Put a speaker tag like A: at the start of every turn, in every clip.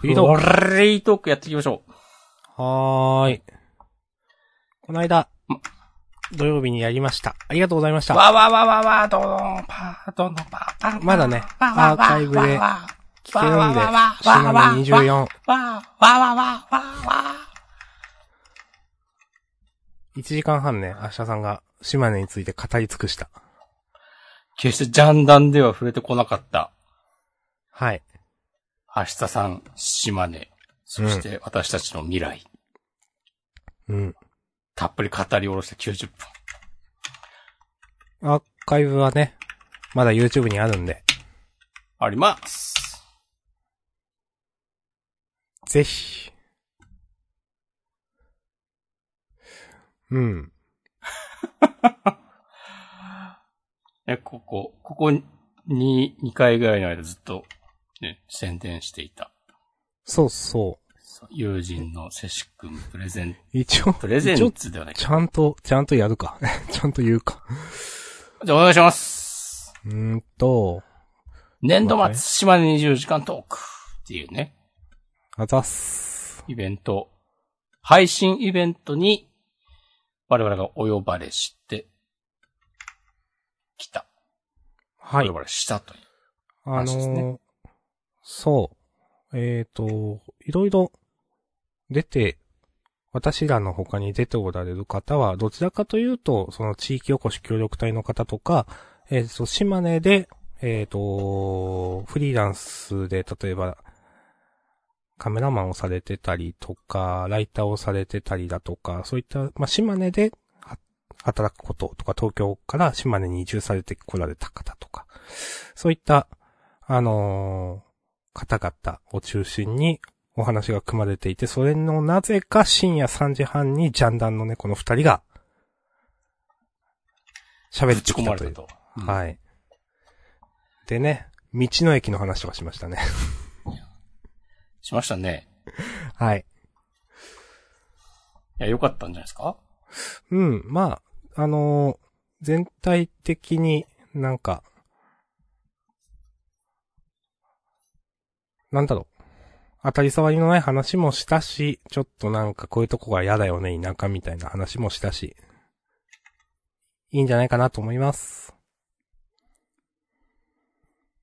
A: フリート
B: お
A: ーク、フリートークやっていきましょう。
B: はーい。この間、土曜日にやりました。ありがとうございました。
A: わわわわわ、どどん、パー、どんどん、パー、パー。
B: まだね、アーカイブで聞けるんで、シナミ24、
A: わわわわわわ。
B: 1時間半ね、明日さんが島根について語り尽くした。
A: 決してジャンダンでは触れてこなかった。
B: はい。
A: 明日さん、島根、そして私たちの未来、
B: うん。
A: たっぷり語り下ろした90分。
B: アーカイブはね、まだ YouTube にあるんで、
A: あります。
B: ぜひ。うん。
A: え、ここ、ここに、2回ぐらいの間ずっと、ね、宣伝していた。
B: そうそ
A: 友人のセシ君プレゼン、
B: う。一応、
A: プレゼ
B: 一応
A: ンツではない。
B: ちゃんと、ちゃんとやるか。 ちゃんと言うか。
A: じゃあお願いします。
B: うーんと、
A: 年度
B: まあ
A: 末、
B: ね
A: 島根24時間トークっていうね、
B: あざっす。
A: イベント、配信イベントに我々がお呼ばれしてきた。
B: はい
A: お呼。ばれしたという。
B: あの
A: 話ですね
B: ーそう。えっ、と、いろいろ出て、私らの他に出ておられる方は、どちらかというと、その地域おこし協力隊の方とか、えっ、と、島根で、えっ、と、フリーランスで、例えば、カメラマンをされてたりとか、ライターをされてたりだとか、そういった、まあ、島根では働くこととか、東京から島根に移住されてこられた方とか、そういった、あのー方々を中心にお話が組まれていて、それのなぜか深夜3時半にジャンダンのね、この二人が、喋
A: ぶ
B: っ
A: ち
B: てき
A: 込ま
B: た
A: れ
B: とい
A: た
B: う。
A: と。い。
B: はい。でね、道の駅の話とかしましたね。
A: しましたね。
B: はい。
A: いや、良かったんじゃないですか
B: うん、まあ、あのー全体的になんか、なんだろう。当たり障りのない話もしたし、ちょっとなんかこういうとこが嫌だよね、田舎みたいな話もしたし、いいんじゃないかなと思います。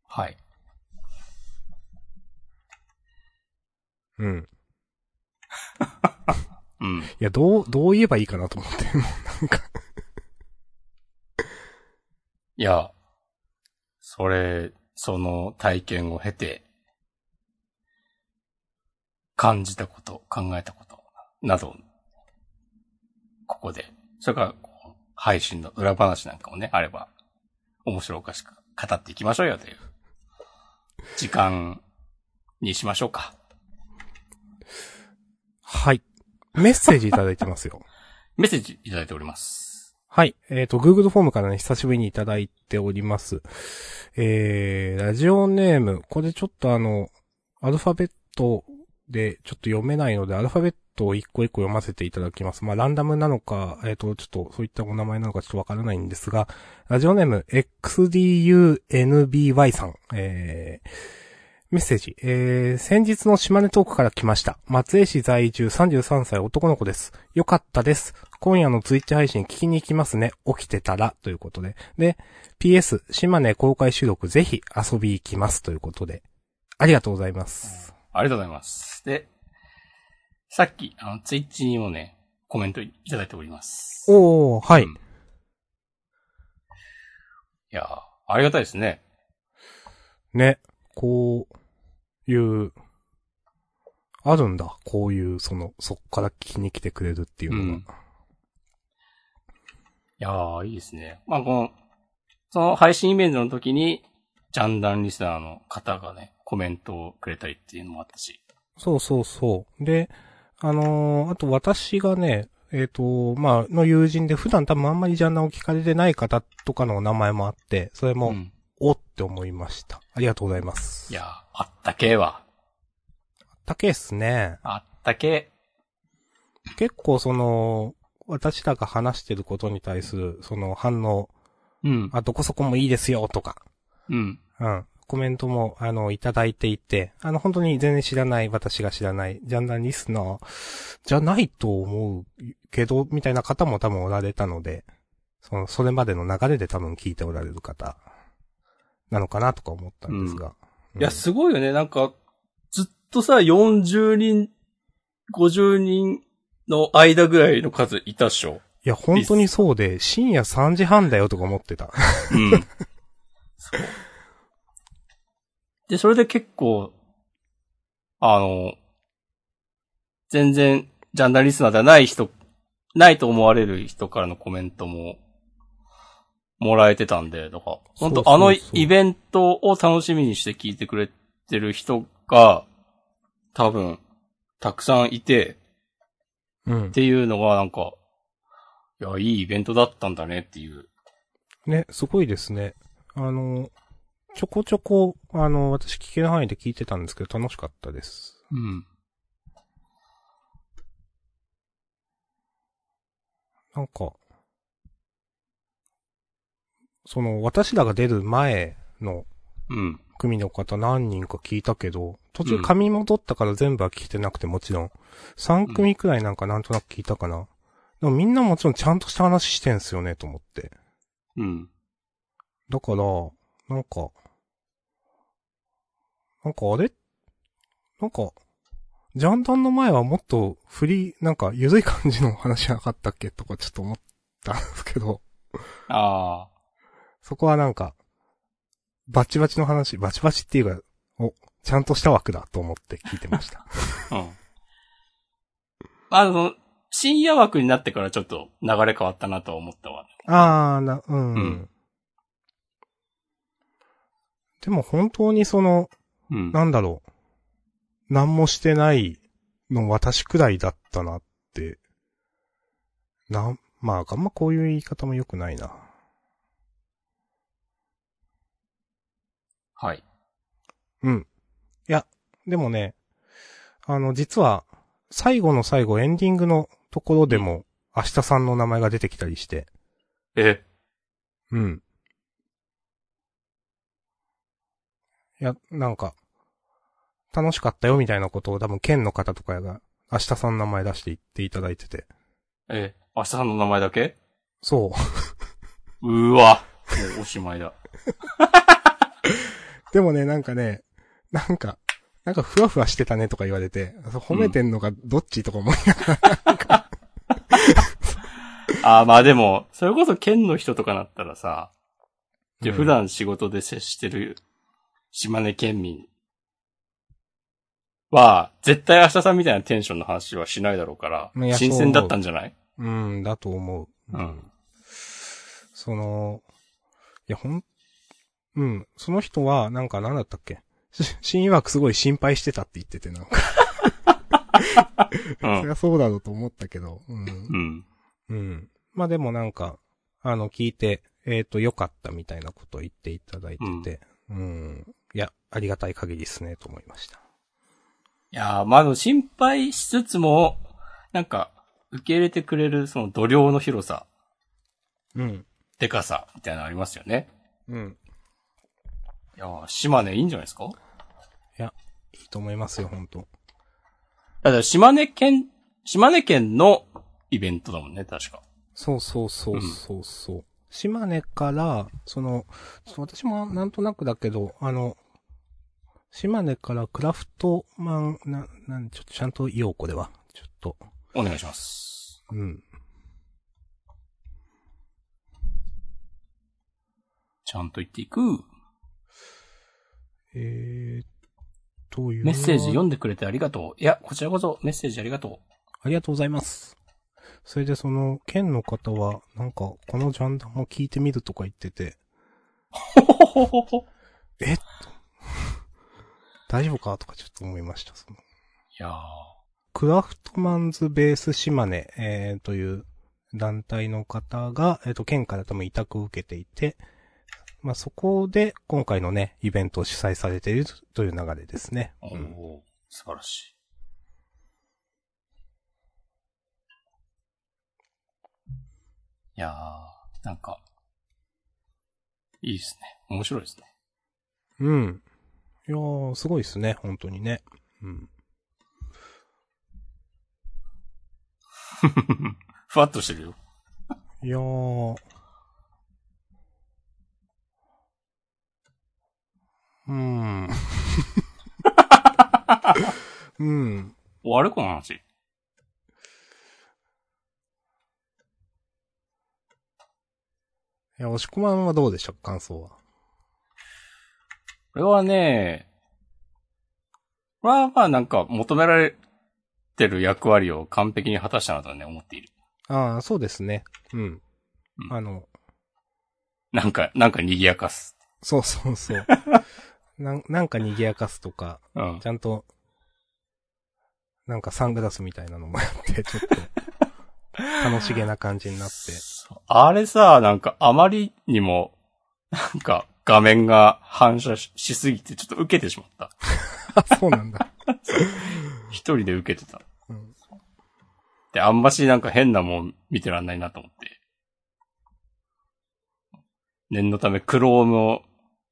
A: はい。
B: うん。
A: うん。
B: いや、どう、どう言えばいいかなと思って、 もうなんか、
A: いや、それ、その体験を経て、感じたこと、考えたこと、など、ここで、それからこう、配信の裏話なんかもね、あれば、面白おかしく語っていきましょうよという、時間にしましょうか。
B: はい。メッセージいただいてますよ。
A: メッセージいただいております。
B: はい。えっ、と、Google フォームからね、久しぶりにいただいております。えー、ラジオネーム。これちょっとあの、アルファベットでちょっと読めないので、アルファベットを一個一個読ませていただきます。まあ、ランダムなのか、えっ、と、ちょっとそういったお名前なのかちょっとわからないんですが、ラジオネーム、XDUNBY さん。えー、メッセージ。えー、先日の島根トークから来ました。松江市在住33歳男の子です。よかったです。今夜のツイッチ配信聞きに行きますね。起きてたら、ということで。で、PS、島根公開収録ぜひ遊び行きます、ということで。ありがとうございます。
A: ありがとうございます。で、さっき、あの、ツイッチにもね、コメントいただいております。
B: おー、はい
A: うん。いやー、ありがたいですね。
B: ね、こういう、あるんだ。こういう、その、そっから聞きに来てくれるっていうのが。
A: いやー、いいですね。まあ、この、その配信イベントの時に、ジャンダンリスナーの方がね、コメントをくれたりっていうのもあったし。
B: そうそうそう。で、あのーあと私がね、えっ、と、まあ、の友人で普段多分あんまりジャンナーを聞かれてない方とかのお名前もあって、それも、
A: ん。
B: おって思いました。ありがとうございます。
A: いやー、あったけーわ。
B: だけですね。
A: あったけ
B: 結構その、私らが話してることに対する、その反応、
A: ー。うん。
B: あ、どこそこもいいですよ、とか、
A: うん。
B: うん。コメントも、あの、いただいていて、あの、本当に全然知らない、私が知らない、ジャンダンリスナー、じゃないと思うけど、みたいな方も多分おられたので、その、それまでの流れで多分聞いておられる方、なのかなとか思ったんですが。
A: いや、すごいよね。なんか、ずっとさ、40人、50人の間ぐらいの数いたっしょ。
B: いや、本当にそうで、深夜3時半だよとか思ってた。
A: うん。そう。で、それで結構、あの、全然、ジャンダンリスナーではない人、ないと思われる人からのコメントも、もらえてたんで、だから、本
B: そうそう
A: 当
B: そう
A: あのイベントを楽しみにして聞いてくれてる人が、多分、たくさんいて、
B: うん
A: っ。ていうのがなんか、いや、いいイベントだったんだねっていう。
B: ね、すごいですね。あの、ちょこちょこ、あの、私聞ける範囲で聞いてたんですけど、楽しかったです。
A: うん。
B: なんか、その、私らが出る前の
A: うん。
B: 組の方何人か聞いたけど、途中髪戻ったから全部は聞いてなくてもちろん、3組くらいなんかなんとなく聞いたかな。でもみんなもちろんちゃんとした話してんすよね、と思って。
A: うん。
B: だから、なんか、なんかあれなんか、ジャンダンの前はもっとフリー、なんか緩い感じの話じゃなかったっけとかちょっと思ったんですけど、
A: ああ。
B: そこはなんか、バチバチの話、バチバチっていうか、お、ちゃんとした枠だと思って聞いてま した。
A: うん。あの、その深夜枠になってからちょっと流れ変わったなとは思ったわ。
B: あーな、うん。
A: うん
B: でも本当にその、
A: うん。
B: なんだろう。何もしてないの私くらいだったなって。なん、まあ、あんまこういう言い方も良くないな。
A: はい。
B: うん。いや、でもね、あの、実は、最後の最後、エンディングのところでも、明日さんの名前が出てきたりして。
A: え、
B: うん。いや、なんか、楽しかったよみたいなことを多分県の方とかが、明日さんの名前出して言っていただいてて。
A: え、明日さんの名前だけ
B: そう。
A: うーわ。もうおしまいだ。
B: でもね、なんかね、なんか、なんかふわふわしてたねとか言われて、褒めてんのがどっちとか思いながら、
A: ああ、まあでも、それこそ県の人とかなったらさ、で
B: うん
A: 普段仕事で接してる島根県民は、絶対明日さんみたいなテンションの話はしないだろうか
B: いや
A: ら、
B: そう
A: 新
B: 思う
A: 鮮だったんじゃない
B: うん、だと思う。
A: うん。
B: その、いや、ほん、うん、その人は、なんか、なんだったっけし新曰くすごい心配してたって言ってて、なんか、
A: う
B: そり
A: ん。
B: ゃそうだろうと思ったけど、うん
A: うん。
B: うん。まあでもなんか、あの、聞いて、えっ、と、良かったみたいなことを言っていただいてて、うん、いや、ありがたい限りですね、と思いました。
A: いやー、まあ、でも心配しつつも、なんか、受け入れてくれる、その、度量の広さ、
B: うん。
A: でかさ、みたいなのありますよね。
B: うん。
A: いやー、島根いいんじゃないですか
B: いいと思いますよ、本当
A: だから、島根県、島根県のイベントだもんね、確か。
B: そうそうそうそうそう。島根から、その、ちょっと私もなんとなくだけど、あの、島根からクラフトマン、な、なん、ちょっとちゃんと言おう、これは。ちょっと。
A: お願いします。
B: うん。
A: ちゃんと言っていく。
B: えーっと、
A: メッセージ読んでくれてありがとう。いや、こちらこそメッセージありがと
B: ありがとうございます。それでその、県の方は、なんか、このジャンダンも聞いてみるとか言ってて、
A: う。ほほほほ。
B: えっと、大丈夫かとかちょっと思いました。その
A: いやー。
B: クラフトマンズベース島根、えーという団体の方が、えっ、と、県から多分委託を受けていて、まあ、そこで今回のね、イベントを主催されているという流れですね。
A: お
B: うん
A: ー、素晴らしい。いやー、なんか、いいですね。面白いですね。
B: うん。いやー、すごいっすね、本当にね。うん。
A: ふわっとしてるよ。
B: いやー。うーん。 うん。
A: 終わるこの話。
B: いや、押し込まんはどうでしたか、感想は。
A: これはね、これはまあなんか求められてる役割を完璧に果たしたなとはね、思っている。
B: ああ、そうですね。うん。
A: うん
B: あの、
A: なんか、なんか賑やかす。
B: そうそうそう。なんなんか賑やかすとか、
A: うん
B: ち。ゃんと、なんかサングラスみたいなのもやって、ちょっと、楽しげな感じになって。
A: そうあれさ、なんかあまりにも、なんか画面が反射ししすぎてちょっと受けてしまった。
B: あ、そうなんだ。
A: 一人で受けてた。
B: うん
A: で、あんましなんか変なもん見てらんないなと思って。念のため、クロームを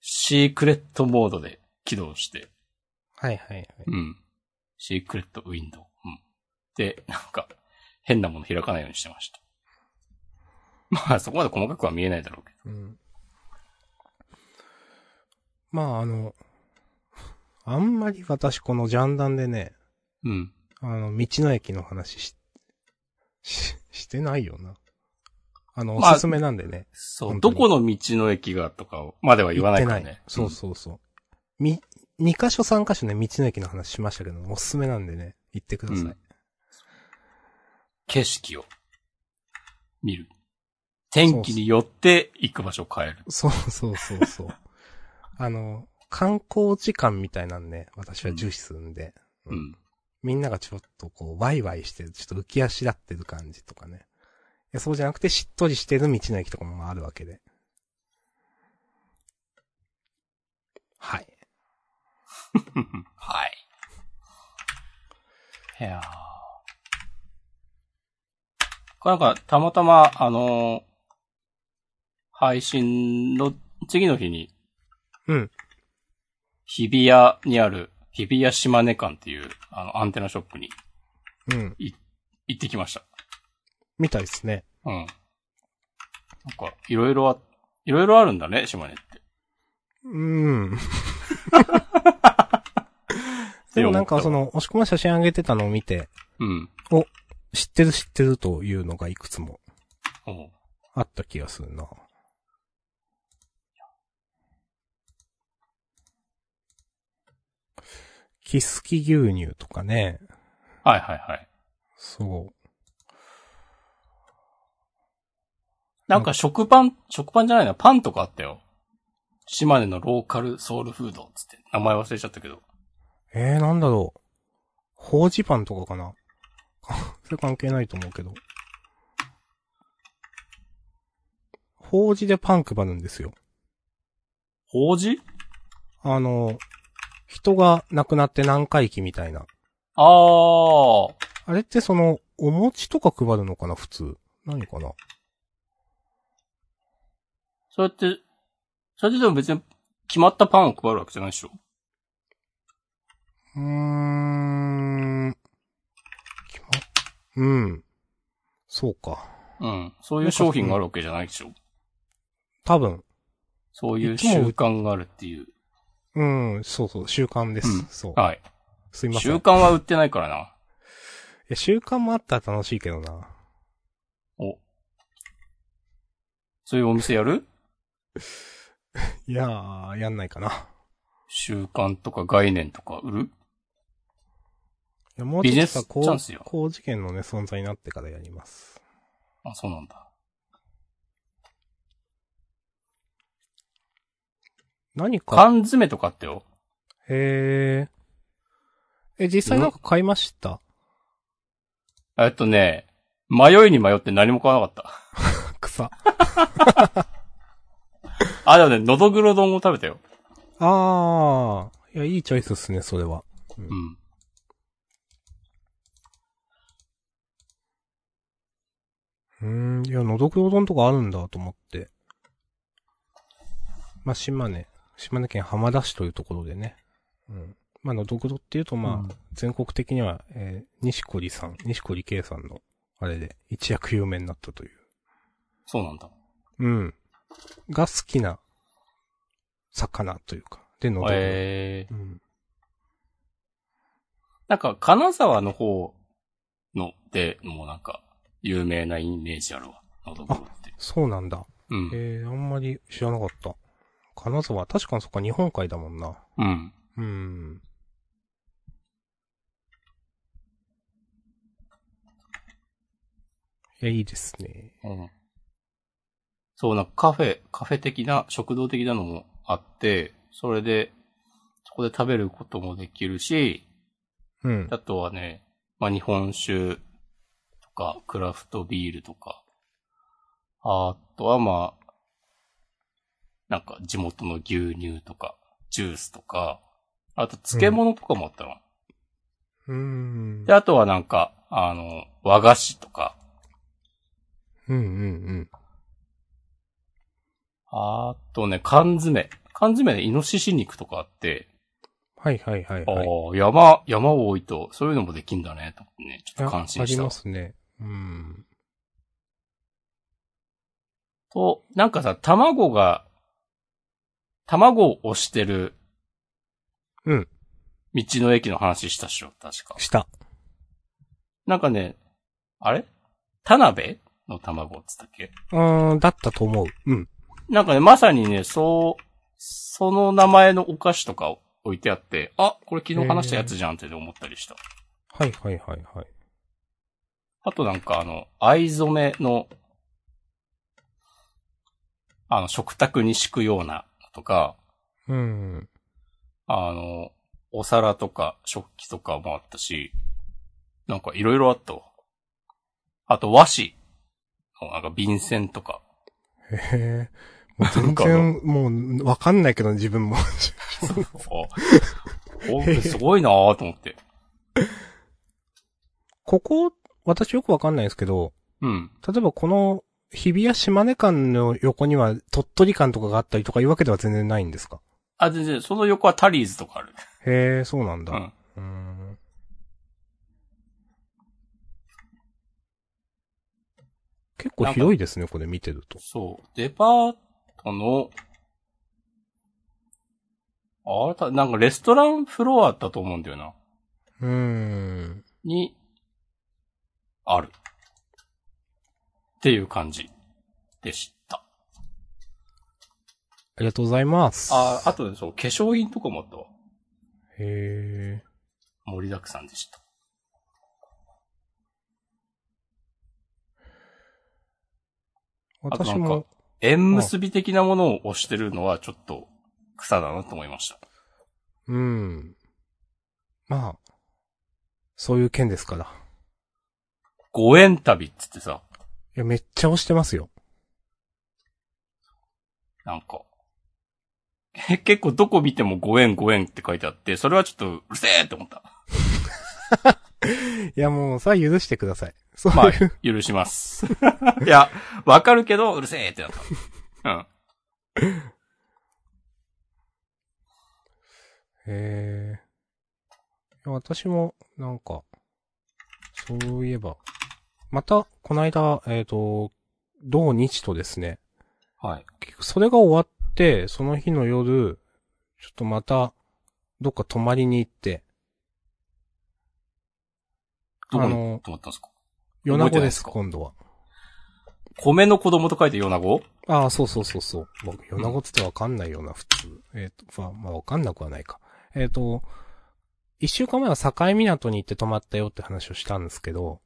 A: シークレットモードで起動して。
B: はいはいはい。
A: うん。シークレットウィンドウ。うん。で、なんか、変なもの開かないようにしてました。まあ、そこまで細かくは見えないだろうけど。
B: うん。まあ、あの、あんまり私このジャンダンでね、
A: うん。
B: あの、道の駅の話し、し、してないよな。あの、お
A: まあ
B: すすめなんでね。
A: そ
B: 本
A: う。
B: 当
A: ど
B: に
A: この道の駅がとかまでは言わないから
B: 行って
A: ね。
B: そうそうそう。み、2箇所3箇所ね、道の駅の話しましたけど、おすすめなんでね、行ってください。
A: うん景色を見る。天気によって行く場所を変える。
B: そうそうそうそう。 あの、観光時間みたいなんね、私は重視するんで、
A: う
B: うん
A: ん。
B: みんながちょっとこう、ワイワイしてる、ちょっと浮き足立ってる感じとかね。いやそうじゃなくて、しっとりしてる道の駅とかもあるわけで。はい。
A: はい。いやーこれなんか、たまたま、あのー配信の次の日に、
B: うん。
A: 日比谷にある、日比谷島根館っていう、あの、アンテナショップに
B: うん。
A: 行ってきました。
B: みたいですね。
A: うん。なんか、いろいろあ、いろいろあるんだね、島根って。
B: うん。
A: て
B: で
A: 思
B: も
A: ったわ
B: なんかその、押し込ま写真上げてたのを見て、
A: うん。
B: 知ってる知ってるというのがいくつも
A: おう
B: あった気がするな。キスキ牛乳とかね。
A: はいはいはい。
B: そう。
A: なんか食パン、食パンじゃないな、パンとかあったよ。島根のローカルソウルフード、つって。名前忘れちゃったけど。
B: えー、なんだろう。ほうじパンとかかな それ関係ないと思うけど。ほうじでパン配るんですよ。
A: ほうじ
B: あの、人が亡くなって何回忌みたいな。
A: あー。
B: あれってその、お餅とか配るのかな普通。何かな
A: そうやって、それってでも別に決まったパンを配るわけじゃないでしょ。
B: うーん。決まっうん。そうか。
A: うん。そういう商品があるわけじゃないでしょ。
B: 多分。
A: そういう習慣があるっていう。
B: うん、そうそう、習慣です。
A: うん
B: そう。
A: はい。
B: すいません。
A: 習
B: い
A: 慣は売ってないからな。
B: や、習慣もあったら楽しいけどな。
A: お。そういうお店やる
B: いやー、やんないかな。い
A: 習慣とか概念とか売る
B: や、もうちょっと
A: ビジネス
B: さ、
A: チャンスよ
B: こう事件のね、存在になってからやります。
A: あ、そうなんだ。
B: 何か。
A: 缶詰とかあってよ。
B: へー。え、実際なんか買いました
A: えっとね、迷いに迷って何も買わなかった。
B: 草。
A: あ、でもね、のどぐろ丼を食べたよ。
B: あー。いや、いいチョイスっすね、それは。
A: うん。
B: うーん、いや、のどくろ丼とかあるんだと思って。まあ、島根。島根県浜田市というところでね。うん。まあ、のどぐろっていうと、まあ、
A: うん
B: 全国的には、えー、西堀さん、西堀圭さんの、あれで、一躍有名になったという。
A: そうなんだ。
B: うん。が好きな、魚というか、で、のどぐろ。
A: えー、
B: うん。
A: なんか、金沢の方ので、もうなんか、有名なイメージあるわ。のどぐろって。
B: そうなんだ。
A: うん。
B: えー、あんまり知らなかった。金沢、確かにそっか、日本海だもんな。
A: うん。
B: うん。いや、いいですね。
A: うん。そう、なんかカフェ、カフェ的な、食堂的なのもあって、それで、そこで食べることもできるし、
B: うん。
A: あとはね、まあ、日本酒とか、クラフトビールとか、あとはまあ、なんか地元の牛乳とか、ジュースとか、あと漬物とかもあったな。
B: うん。
A: で、あとはなんか、あの、和菓子とか、
B: うんうん
A: あとね、缶詰。缶詰でイノシシ肉とかあって、
B: はいはいはい
A: ああ
B: はい。
A: ー、山、山多いと、そういうのもできんだね、と思ってね、ち
B: い
A: ょっ
B: や
A: と感
B: あ
A: 心し
B: り
A: た
B: ま。すね。うん。
A: と、なんかさ、卵が、卵を押してる、
B: うん。
A: 道の駅の話したっしょ、確か。
B: した。
A: なんかね、あれ田辺の卵っつったっけ
B: うーん、だったと思う。うん。
A: なんかね、まさにね、そう、その名前のお菓子とかを置いてあって、あ、これ昨日話したやつじゃんって思ったりした。
B: はいはいはいはい。
A: あとなんかあの、藍染めの、あの、食卓に敷くようなのとか、
B: うん。
A: あの、お皿とか食器とかもあったし、なんかいろいろあったわ。あと和紙のなんか便箋とか。
B: へえ。もう
A: なん
B: 全
A: かあの
B: 然、もう、わかんないけど、自分も。
A: あ おすごいなぁと思って。
B: ここ、私よくわかんないですけど、
A: うん。
B: 例えばこの、日比谷島根間の横には鳥取間とかがあったりとかいうわけでは全然ないんですか
A: あ、全然、その横はタリーズとかある。
B: へえ、そうなん
A: う
B: だ。
A: ん。
B: うーん。結構広いですね、これ見てると。
A: そう。デパートの、あれだ、なんかレストランフロアだと思うんだよな。
B: うーん。
A: に、ある。っていう感じでした。
B: ありがとうございます。
A: あ、あとね、そう、化粧品とかもあったわ。
B: へえ。
A: 盛りだくさんでした。あとな
B: 私
A: んか
B: も、、
A: 縁結び的なものを押してるのはちょっと草だなと思いました。
B: うん。まあ、そういう件ですから。い
A: ご縁旅っつってさ、
B: や、めっちゃ押してますよ。
A: なんか、え結構どこ見てもご縁ご縁って書いてあって、それはちょっとうるせえって思った。
B: いや、もう、さあ許してください。そう
A: まあ
B: いう、、
A: 許 します。いや、わかるけど、うるせえってなった。うん。
B: へえ。いや私も、なんか、そういえば、また、この間、えっ、と、同日とですね、
A: はい。
B: 結局それが終わって、その日の夜、ちょっとまた、どっか泊まりに行って、
A: どこ
B: あ
A: に
B: の
A: 泊まったんですか
B: 夜
A: 覚え
B: 名
A: てな
B: 古
A: い
B: で
A: です
B: す、
A: か
B: 今度は。
A: 米の子供と書いてヨナゴ
B: ああ、そうそうそうそう。僕、夜名古つってわかんないよな、普通。えっ、と、まあ、まあ、わかんなくはないか。えっ、と、一週間前は境港に行って泊まったよって話をしたんですけど、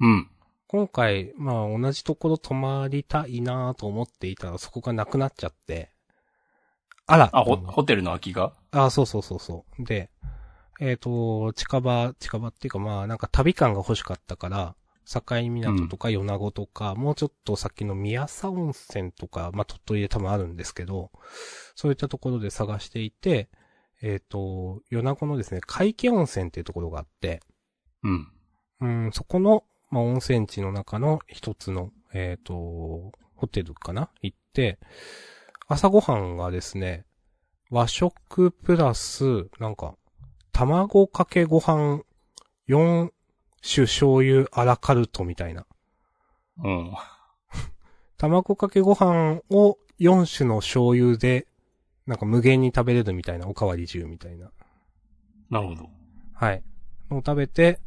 A: うん。
B: 今回、まあ同じところ泊まりたいなと思っていたらそこがなくなっちゃって。あら
A: あ、ほ、
B: と思っ
A: ホテルの空きが
B: あ、そうそうそうそう。で、えっ、と、近場、近場っていうかまあなんか旅感が欲しかったから、境港とか米子とか、もうちょっと先の宮佐温泉とか、まあ鳥取で多分あるんですけど、そういったところで探していて、えっ、と、米子のですね、海家温泉っていうところがあって、
A: うん。
B: うん、そこの、まあ、温泉地の中の一つの、えっ、と、ホテルかな行って、朝ごはんがですね、和食プラス、なんか、卵かけご飯4種醤油アラカルトみたいな。
A: うん。
B: 卵かけご飯を4種の醤油で、なんか無限に食べれるみたいな、おかわり自由みたいな。
A: なるほど。
B: はい。を食べて、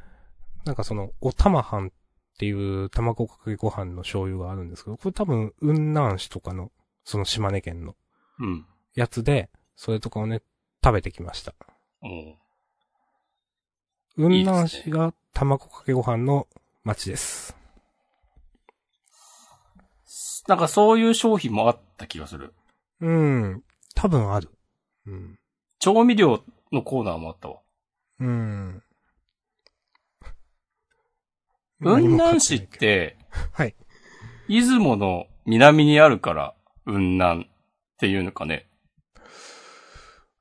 B: なんかその、おたまはんっていう卵かけご飯の醤油があるんですけど、これ多分、雲南市とかの、その島根県の
A: うん。
B: やつで、それとかをね、食べてきました。
A: おう
B: 雲
A: いですね
B: 南市が卵かけご飯の町です。
A: なんかそういう商品もあった気がする。
B: うん。多分ある。うん。
A: 調味料のコーナーもあったわ。
B: うん。
A: 雲
B: 何も買て
A: 南市
B: な
A: っ
B: いけど。
A: て、
B: はい。
A: 出雲の南にあるから、雲南っていうのかね。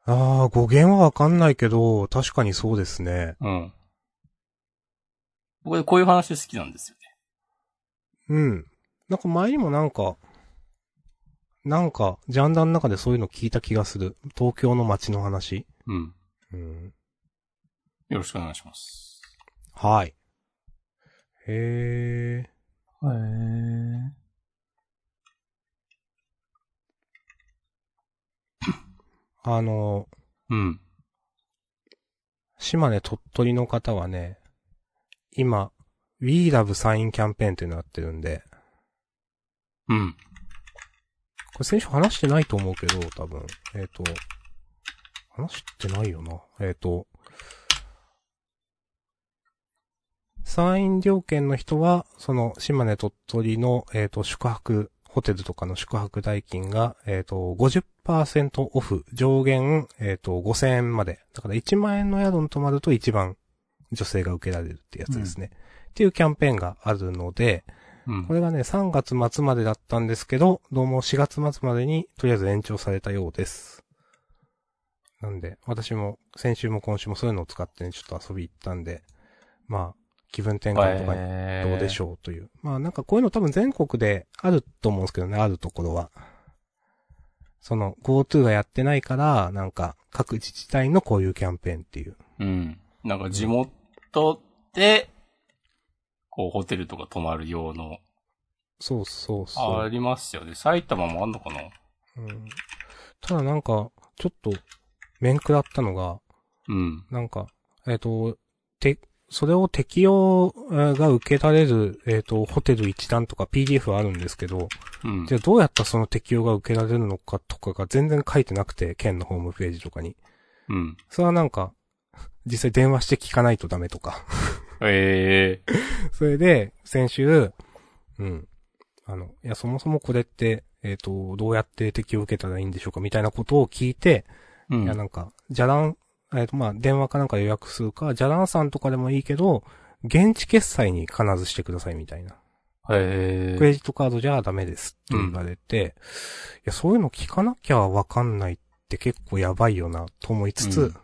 B: ああ、語源はわかんないけど、確かにそうですね。
A: うん。僕こういう話好きなんですよね。
B: うん。なんか前にもなんか、なんか、ジャンダンの中でそういうの聞いた気がする。東京の街の話。
A: うん。
B: うん。
A: よろしくお願いします。
B: はい。へえ。
A: へー。
B: あの、
A: うん。
B: 島根鳥取の方はね、今、We Love サインキャンペーンっていうのやってるんで、
A: うん。
B: これ先週話してないと思うけど、多分。えっ、と、話してないよな。えっ、と、参院料券の人は、その、島根鳥取の、えっ、と、宿泊、ホテルとかの宿泊代金が、えっ、と、50%オフ、上限、えっ、と、5000円まで。だから1万円の宿に泊まると一番女性が受けられるってやつですね。っていうキャンペーンがあるので、
A: うん
B: こ。れがね、3月末までだったんですけど、どうも4月末までに、とりあえず延長されたようです。なんで、私も、先週も今週もそういうのを使ってね、ちょっと遊び行ったんで、まあ、気分転換とかにどうでしょ
A: ょ
B: うという。まあなんかこういうの多分全国であると思うんですけどね、あるところは。その、GoTo がやってないから、なんか、各自治体のこういうキャンペーンっていう。
A: う。うん。なんか地元で、こうホテルとか泊まる用の、
B: そうそうそう。
A: ありますよね。埼玉もあんのかな
B: うんただなんか、ちょっと、面食らったのが、
A: うん。
B: なんか、えっ、と、て、それを適用えーが受けられる、えっ、と、ホテル一覧とか PDF あるんですけど、
A: うん
B: じ。ゃあどうやったらその適用が受けられるのかとかが全然書いてなくて、県のホームページとかに。
A: うん。
B: それはなんか、実際電話して聞かないとダメとか。
A: ええ
B: それで、先週、うん。あの、いや、そもそもこれって、えっ、と、どうやって適用を受けたらいいんでしょうかみたいなことを聞いて、
A: う
B: いや、
A: ん。
B: なんか、じゃらん、えっ、と、まあ、電話かなんか予約するか、じゃらんさんとかでもいいけど、現地決済に必ずしてくださいみたいな。
A: え
B: ク
A: え
B: レジットカードじゃダメですって言われて、いや、そういうの聞かなきゃわかんないって結構やばいよな、と思いつつ、
A: うん
B: はい、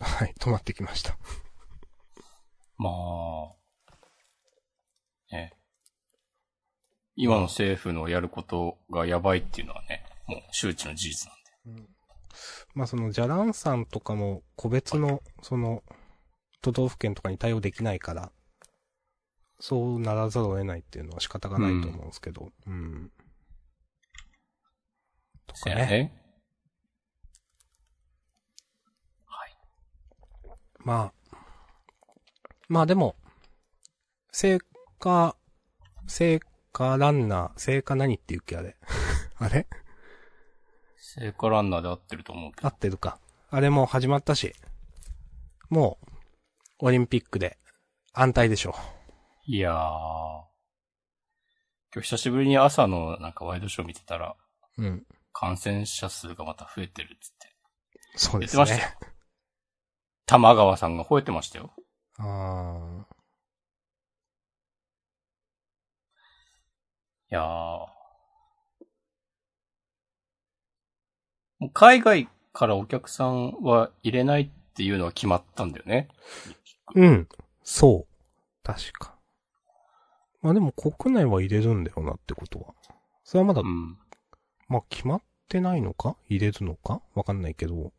B: はい止まってきました。
A: まあ、ね。今の政府のやることがやばいっていうのはね、もう周知の事実なんで。
B: まあ、その、じゃらんさんとかも、個別の、その、都道府県とかに対応できないから、そうならざるを得ないっていうのは仕方がないと思うんですけど、うん。と
A: そ
B: か
A: う
B: ね。
A: ね。
B: まあ。まあでも、聖火、聖火ランナー、聖火何っていうっけあれ。 あれ
A: 聖火ランナーで合ってると思うけ
B: 合
A: ど。
B: ってるか。あれもう始まったし。もう、オリンピックで、安泰でしょ
A: いやー。今日久しぶりに朝のなんかワイドショー見てたら、
B: う。うん。
A: 感染者数がまた増えてるっつって。
B: そう
A: 言
B: で
A: っ
B: す
A: て
B: ね。
A: ましたよ。玉川さんが吠えてましたよ。
B: あー
A: いやー。もう海外からお客さんは入れないっていうのは決まったんだよね。
B: うん。そう。確か。まあでも国内は入れるんだよなってことは。それはまだ、
A: うん。
B: まあ決まってないのか入れるのかわかんないけど、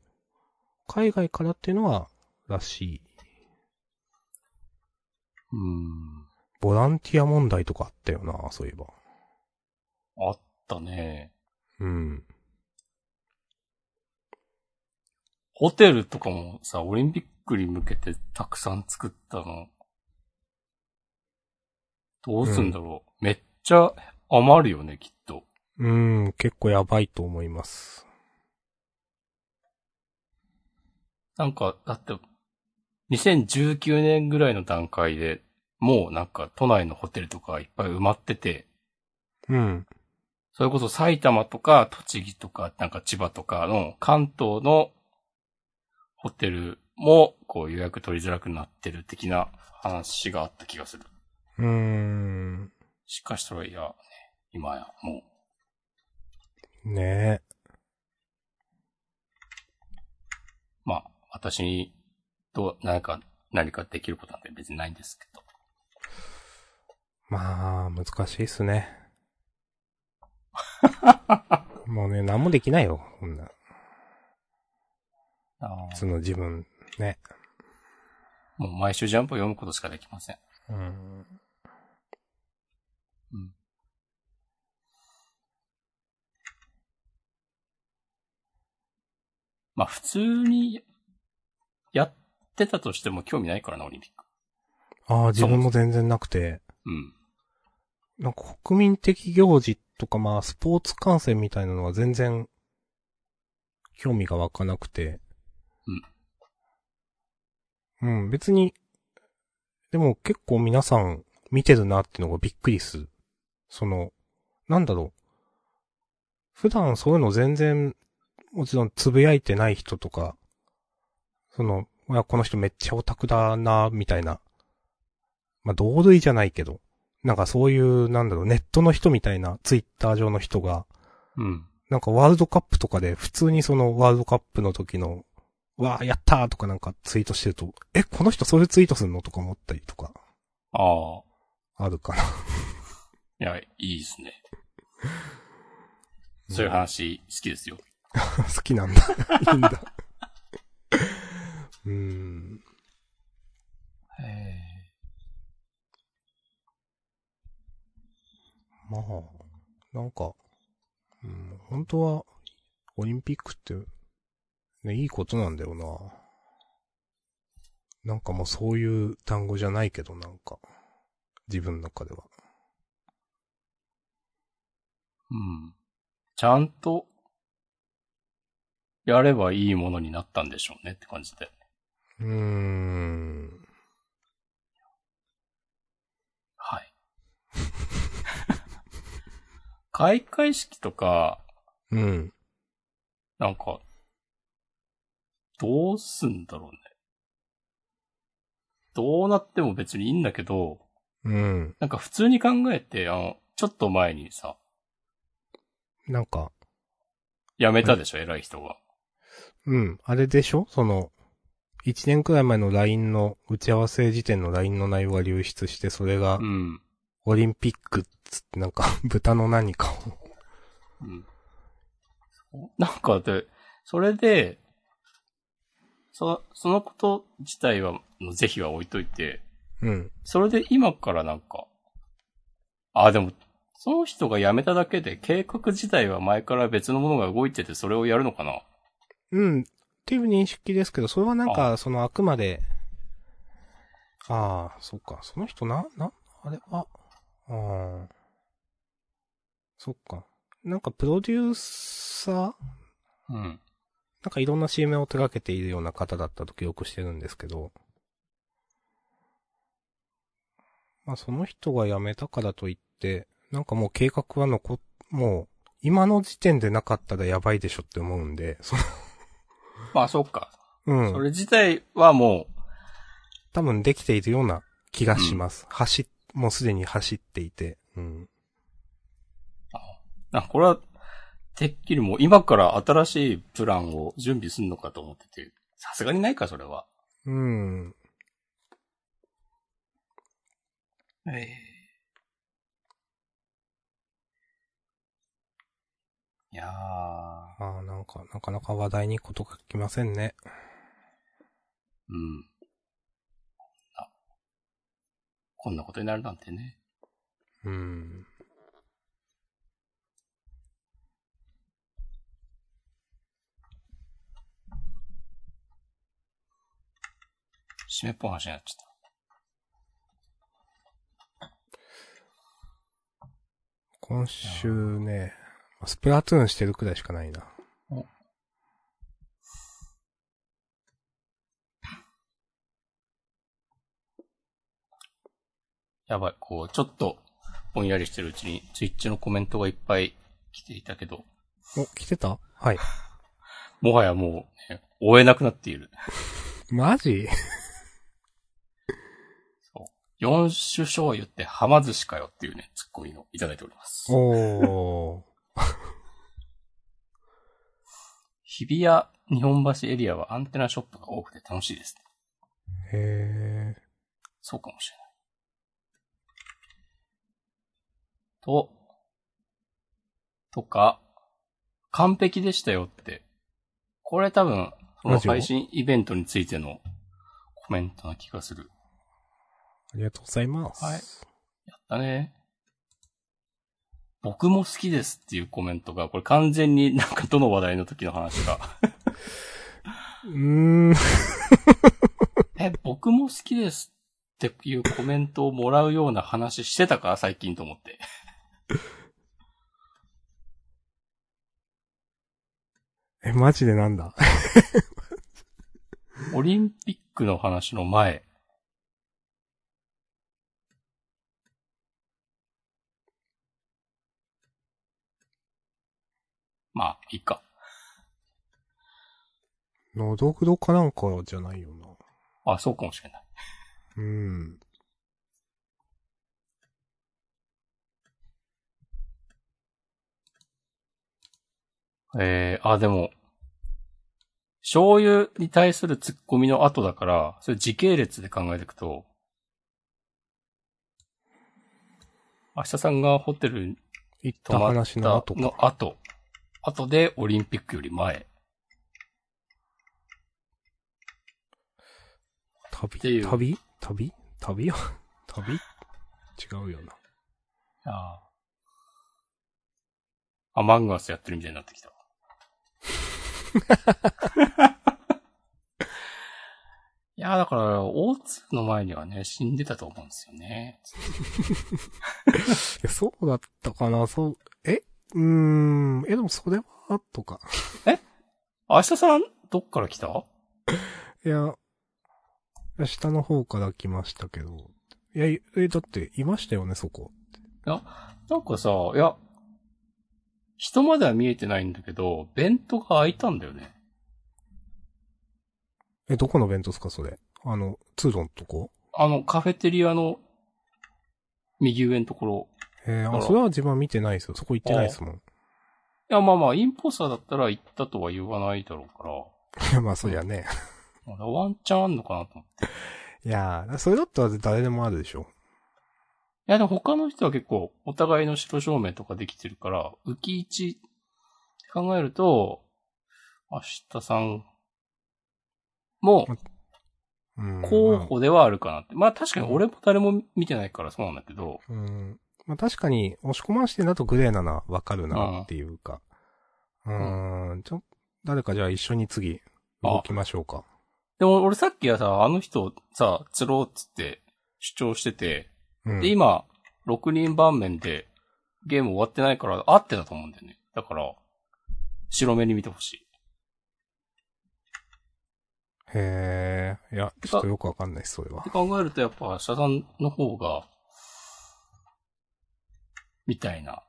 B: 海外からっていうのは、らしい。
A: うん。
B: ボランティア問題とかあったよな、そういえば。
A: あったね。
B: うん。
A: ホテルとかもさ、オリンピックに向けてたくさん作ったの。どうすんだろう。めっちゃ余るよね、きっと。
B: うん、結構やばいと思います。
A: なんか、だって、2019年ぐらいの段階で、もうなんか都内のホテルとかいっぱい埋まってて、
B: うん。
A: それこそ埼玉とか栃木とかなんか千葉とかの関東のホテルもこう予約取りづらくなってる的な話があった気がする。
B: うーん。
A: しかしそれいや、ね、今やもう
B: ね
A: まあ、私と何か、何かできることなんて別にないんですけど。
B: え。まあ、難しいっす ね。もうね、何もできないよ、こんな。その自分、ね。
A: もう毎週ジャンプを読むことしかできません。
B: うん。
A: まあ普通にやってたとしても興味ないからな、オリンピック。
B: ああ、自分も全然なくて。
A: うん。
B: なんか国民的行事とか、まあ、スポーツ観戦みたいなのは全然、興味が湧かなくて。うん。うん、別に、でも結構皆さん見てるなっていうのがびっくりする。その、なんだろう。普段そういうの全然、もちろんつぶやいてない人とか、その、いやこの人めっちゃオタクだな、みたいな。まあ、同類じゃないけど。なんかそういう、なんだろう、ネットの人みたいな、ツイッター上の人が、
A: うん。
B: なんかワールドカップとかで、普通にそのワールドカップの時の、わーやったーとかなんかツイートしてると、え、この人それツイートすんのとか思ったりとか、
A: ああ、
B: あるかな。
A: いや、いいですね。そういう話好きですよ。
B: 好きなんだ。いいんだ。 うーん。まあ、なんか、うん、本当は、オリンピックって、ね、いいことなんだよな。なんかもうそういう単語じゃないけど、なんか、自分の中では。
A: うん。ちゃんと、やればいいものになったんでしょうねって感じで。
B: うーん。
A: はい。開会式とか、
B: うん。
A: なんか、どうすんだろうね。どうなっても別にいいんだけど、
B: うん。
A: なんか普通に考えて、あの、ちょっと前にさ、
B: なんか、
A: 辞めたでしょ、偉い人が。
B: うん。あれでしょその、一年くらい前の LINE の、打ち合わせ時点の LINE の内容が流出して、それが
A: う、ん。
B: オリンピックっつって、なんか、豚の何かを。
A: うん。なんかで、それで、そ、そのこと自体は、の是非は置いといて、
B: うん。
A: それで今からなんか、あ、でも、その人が辞めただけで計画自体は前から別のものが動いててそれをやるのかな
B: うん。っていう認識ですけど、それはなんか、そのあくまで、ああ、そっか、その人な、な、あれは、ああ、そっか。なんかプロデューサー
A: うん。
B: なんかいろんな CM を手掛けているような方だったと記憶してるんですけど、まあその人が辞めたからといって、なんかもう計画は残っ、もう今の時点でなかったらやばいでしょって思うんで、その
A: まあ、そっか。
B: うん。
A: それ自体はも
B: 多分できているような気がします。走っ、もうすでに走っていて。うん。
A: う、あ、これは、てっきりもう今から新しいプランを準備するのかと思ってて、さすがにないか、それは。
B: うん。
A: ええいやー、
B: ああ、なんか、なかなか話題にことがきませんね。
A: うん。あこんなことになるなんてね。
B: うん。
A: 締めっぽい話になっちゃっ
B: 今週ね、まあスプラトゥーンしてるくらいしかないな。
A: た。やばい、こう、ちょっと、ぼんやりしてるうちに、ツイッチのコメントがいっぱい来ていたけど、
B: お、来てたはい。
A: もはやもう、ね、追えなくなっている。
B: マジ
A: 四種醤油ってはま寿司かよっていうね、ツッコミをいただいております。
B: おー。
A: 日比谷、日本橋エリアはアンテナショップが多くて楽しいですね。
B: へえ。
A: そうかもしれない。と、とか、完璧でしたよって。これ多分、その
B: ラジオ
A: 配信イベントについてのコメントな気がする。
B: ありがとうございます。
A: はいやったね。僕も好きですっていうコメントが、これ完全になんかどの話題の時の話が。
B: うーん。
A: え、僕も好きですっていうコメントをもらうような話してたか最近と思って。
B: え、マジでなんだ
A: オリンピックの話の前。まあ、いいか。
B: のどぐろかなんかじゃないよな。
A: あ、そうかもしれない。
B: うん。
A: えー、あ、でも、醤油に対するツッコミの後だから、それ時系列で考えていくと、明日さんがホテルに
B: 行った
A: 泊まっ
B: 話
A: た
B: の後か
A: の。後。後でオリンピックより前。
B: 旅
A: ていう
B: 旅旅旅 旅違うよな。
A: ああ。アマングアスやってるみたいになってきた。いや、だから、大津の前にはね、死んでたと思うんですよね。
B: いや、そうだったかな、そう、えうーん、え、でもそれは、とか。
A: 明日さん、どっから来た
B: いや、下の方から来ましたけど。いや、え、だって、いましたよね、そこ。
A: なんかさ、いや、人までは見えてないんだけど、ベントが開いたんだよね。
B: え、どこの弁当ですか、それ。あの、通路のとこ
A: あの、カフェテリアの、右上のところ。
B: えー
A: あ
B: あ、
A: ら
B: それは自分は見てないですよ。そこ行ってないですもん。
A: いや、まあまあ、インポスターだったら行ったとは言わないだろうから。
B: い や、まあ、そりゃね。
A: まだワンチャンあんのかなと思って。
B: いやー、それだったら誰でもあるでしょ。
A: いや、でも他の人は結構、お互いの白照明とかできてるから、浮き位置って考えると、明日さんも
B: うん。
A: 候
B: まあ
A: 補ではあるかなって。まあ確かに俺も誰も見てないからそうなんだけど、
B: うん。まあ、確かに、押し込まんしてんだとグレーなな、わかるな、っていうか。うーん、ちょ、誰かじゃあ一緒に次、動きましょうか。
A: でも俺さっきはさ、あの人さ、釣ろうっつって主張してて、
B: うん
A: で、今、6人盤面でゲーム終わってないから合ってたと思うんだよね。だから、白目に見てほしい。
B: へえ、いや、ちょっとよくわかんないです、それ
A: っ
B: は
A: て。考えると、やっぱ、社さんの方が、みたいな。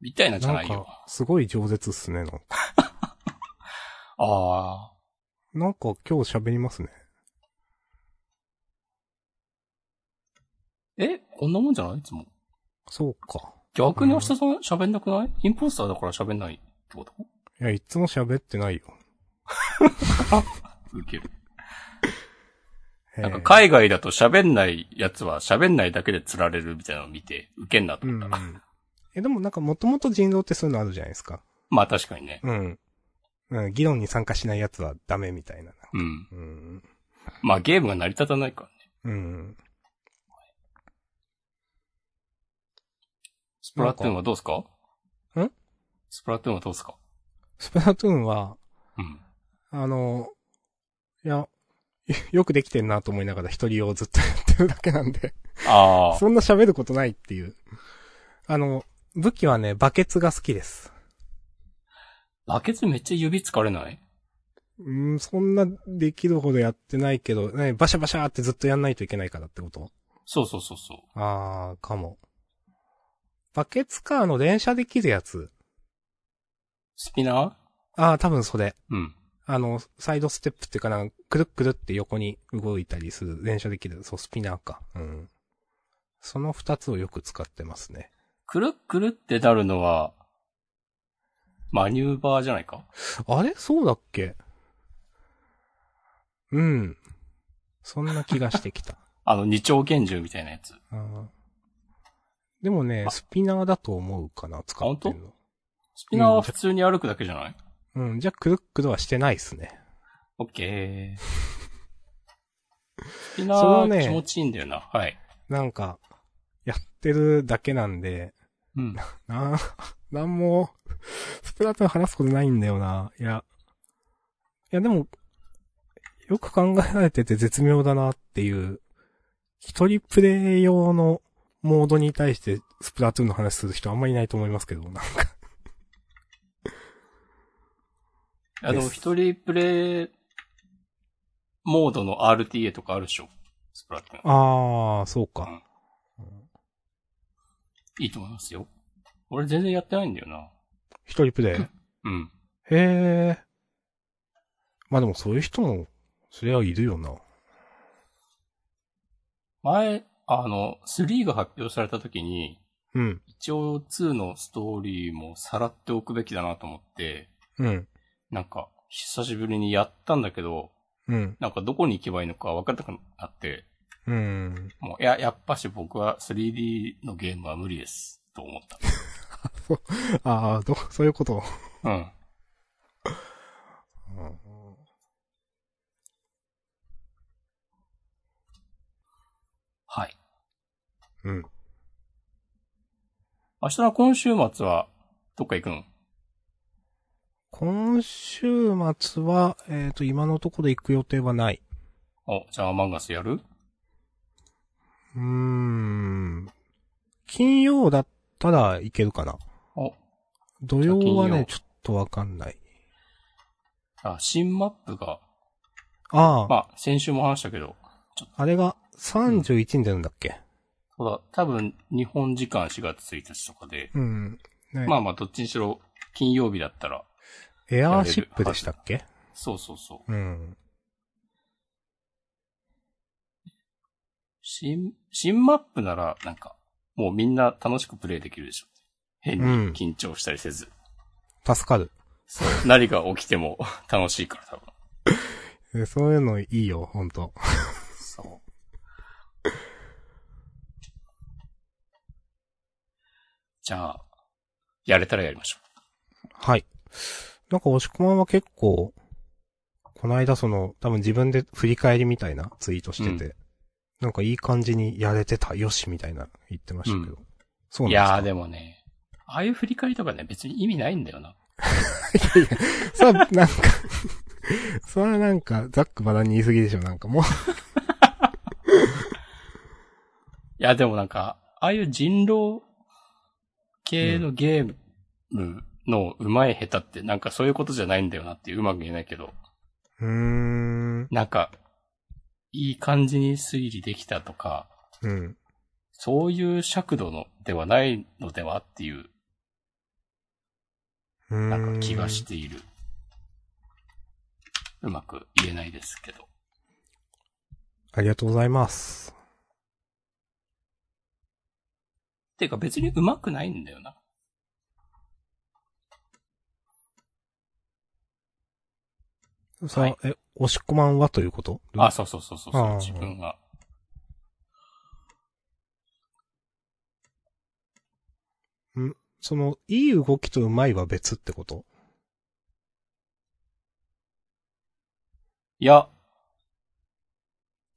A: みたいなじゃ
B: な
A: なんいよ。
B: か、すごい饒舌っすね、なんか。
A: ああ。
B: なんか今日喋りますね。
A: えこんなもんじゃないいつも。
B: そうか。
A: 逆に明日さん喋んなくない、インポスターだから喋んないってこと
B: いや、いつも喋ってないよ。
A: ウケる。
B: へ
A: な
B: ー
A: んか海外だと喋んないやつは喋んないだけで釣られるみたいなのを見て、ウケんなと
B: う
A: 思っ
B: ん
A: た。
B: うん。え、でもなんかもともと人道ってそういうのあるじゃないですか。
A: まあ確かにね。
B: うん。うん、議論に参加しないやつはダメみたいな。
A: うん。
B: うん。
A: まあゲームが成り立たないからね。
B: うん。
A: スプラトゥーンはどうすか
B: なんかん
A: スプラトゥーンはどうすか
B: スプラトゥーンは、
A: うん。
B: あの、いや、 よよくできてんなと思いながら一人をずっとやってるだけなんで、
A: ああ。
B: そんな喋ることないっていう。あの、武器はね、バケツが好きです。
A: バケツめっちゃ指疲れない
B: うん、そんなできるほどやってないけど、ね、バシャバシャーってずっとやんないといけないからってこと
A: そうそうそうそう。
B: あー、かも。バケツか、あの、連射できるやつ。
A: スピナー
B: あー、多分それ。
A: うん。
B: あの、サイドステップっていうかなんか、くるっくるって横に動いたりする、連射できる、そう、スピナーか。うん。その二つをよく使ってますね。
A: くるっくるってなるのは、マニューバーじゃないか
B: あれそうだっけうん。そんな気がしてきた。
A: あの、二丁拳銃みたいなやつ。
B: うんでもね、
A: あ
B: スピナーだと思うかな、使ってんの。
A: スピナーは普通に歩くだけじゃない
B: うん、じゃあくるっくるはしてないっすね。
A: オッケー。スピナ
B: それは
A: ー、
B: ね
A: 気持ちいいんだよな。はい。
B: なんか、やってるだけなんで、
A: うん。
B: な、なんも、スプラトゥーン話すことないんだよな。いや、いやでも、よく考えられてて絶妙だなっていう、一人プレイ用のモードに対してスプラトゥーンの話する人あんまりいないと思いますけど、なんか。
A: あ
B: で
A: の、
B: す
A: 一人プレイモードの RTA とかあるでしょスプラトゥーン。
B: あー、そうか。
A: いいと思いますよ。俺全然やってないんだよな。
B: 一人プレイ。
A: うん。
B: へえ。まあでもそういう人も、そりゃいるよな。
A: 前、あの、3が発表された時に、
B: うん。
A: 一応2のストーリーもさらっておくべきだなと思って、
B: うん。
A: なんか、久しぶりにやったんだけど、
B: うん。
A: なんかどこに行けばいいのか分かんなくなって、
B: うん。
A: もう、いや、やっぱし僕は 3D のゲームは無理です、と思っ
B: ああ、ど、そういうこと。
A: た。うん。はい。
B: うん。
A: 明日の今週末は、どっか行くの
B: 今週末は、えっ、と、今のところ行く予定はない。
A: お、じゃあアマンガスやる
B: うーん。金曜だったらいけるかな。
A: お、
B: 土曜は
A: じゃあ金
B: ね
A: 曜、
B: ちょっとわかんない。
A: あ、新マップが、
B: ああ、
A: まあ、先週も話したけど、
B: あれが31に出るんだっけ、
A: そうだ、多分、日本時間4月1日とかで、
B: うん、ね
A: まあまあ、どっちにしろ、金曜日だったら、
B: エアーシップでしたっけ
A: そうそうそう。
B: うん。
A: 新、新マップなら、なんか、もうみんな楽しくプレイできるでしょ。変に
B: うん
A: 緊張したりせず。
B: 助かる。
A: そう。何が起きても 楽しいから多分。
B: えそういうのいいよ、ほんと。
A: そう。じゃあ、やれたらやりましょ。
B: はい。なんか、押し込まんは結構、この間その、多分自分で振り返りみたいなツイートしてて、なんかいい感じにやれてた、よし、みたいな言ってましたけど。そうう
A: い
B: な
A: や
B: ん
A: ー
B: で
A: でもね、ああいう振り返りとかね、別に意味ないんだよな。
B: すか。いや、さ、なんか、 それはなんか、ざっくばらんに言い過ぎでしょ、なんかもう。
A: いや、でもなんか、ああいう人狼系のゲームの上手い下手って、なんかそういうことじゃないんだよなっていう、うまく言えないけど。
B: うーん。
A: なんか、いい感じに推理できたとか、
B: うん。
A: そういう尺度のではないのではっていう、
B: うーん。
A: なんか気がしている。うまく言えないですけど。
B: ありがとうございます。
A: てか別にうまくないんだよな。
B: さ、
A: はい
B: え、押し込まんはということ
A: あ、そうそうそうそうそう
B: あー
A: 自分が。
B: その、いい動きとうまいは別ってこと
A: いや、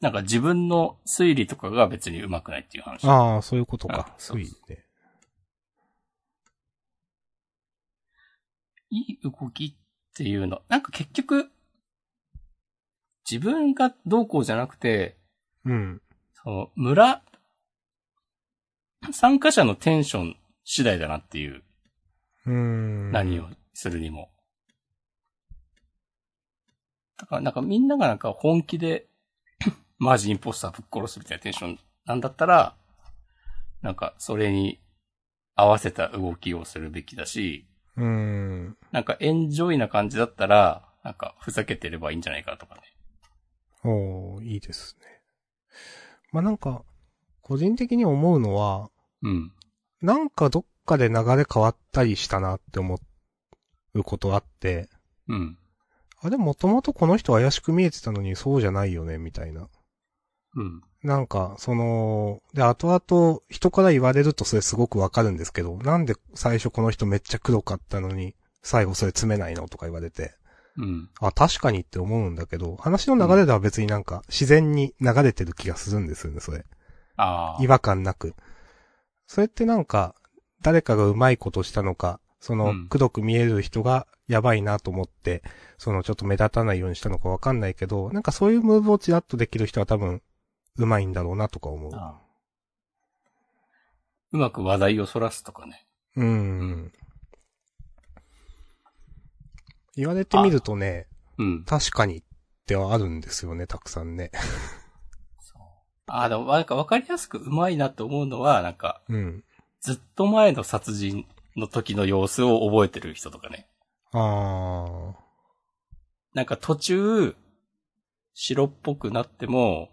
A: なんか自分の推理とかが別に上手くないっていう話。
B: ああ、そういうことか
A: あ。そ
B: 推
A: う
B: 理ね。
A: いい動きっていうの。なんか結局、自分がどうこうじゃなくて、
B: うん。
A: その村、参加者のテンション次第だなっていう、
B: うーん。
A: 何をするにも。だからなんかみんながなんか本気で、 マジインポスターぶっ殺すみたいなテンションなんだったら、なんかそれに合わせた動きをするべきだし、
B: うーん。
A: なんかエンジョイな感じだったら、なんかふざけてればいいんじゃないかとかね。
B: おー、いいですね。まあ、なんか、個人的に思うのは、
A: うん。
B: なんかどっかで流れ変わったりしたなって思うことあって、
A: うん。
B: あれもともとこの人怪しく見えてたのにそうじゃないよね、みたいな。
A: うん。
B: なんか、その、で、後々人から言われるとそれすごくわかるんですけど、なんで最初この人めっちゃ黒かったのに、最後それ詰めないのとか言われて、
A: うん。
B: あ、確かにって思うんだけど、話の流れでは別になんか自然に流れてる気がするんですよね、それ。
A: ああ。
B: 違和感なく。それってなんか、誰かがうまいことしたのか、その
A: うん、
B: 黒く見える人がやばいなと思って、そのちょっと目立たないようにしたのかわかんないけど、なんかそういうムーブをチラッとできる人は多分、うまいんだろうなとか思う。
A: ああうまく話題をそらすとかね。
B: うん。言われてみるとね、
A: うん。
B: 確かにってはあるんですよね、たくさんね。
A: ああ、でもなんかわかりやすくうまいなと思うのは、なんか、
B: うん。
A: ずっと前の殺人の時の様子を覚えてる人とかね。
B: あー。
A: なんか途中、白っぽくなっても、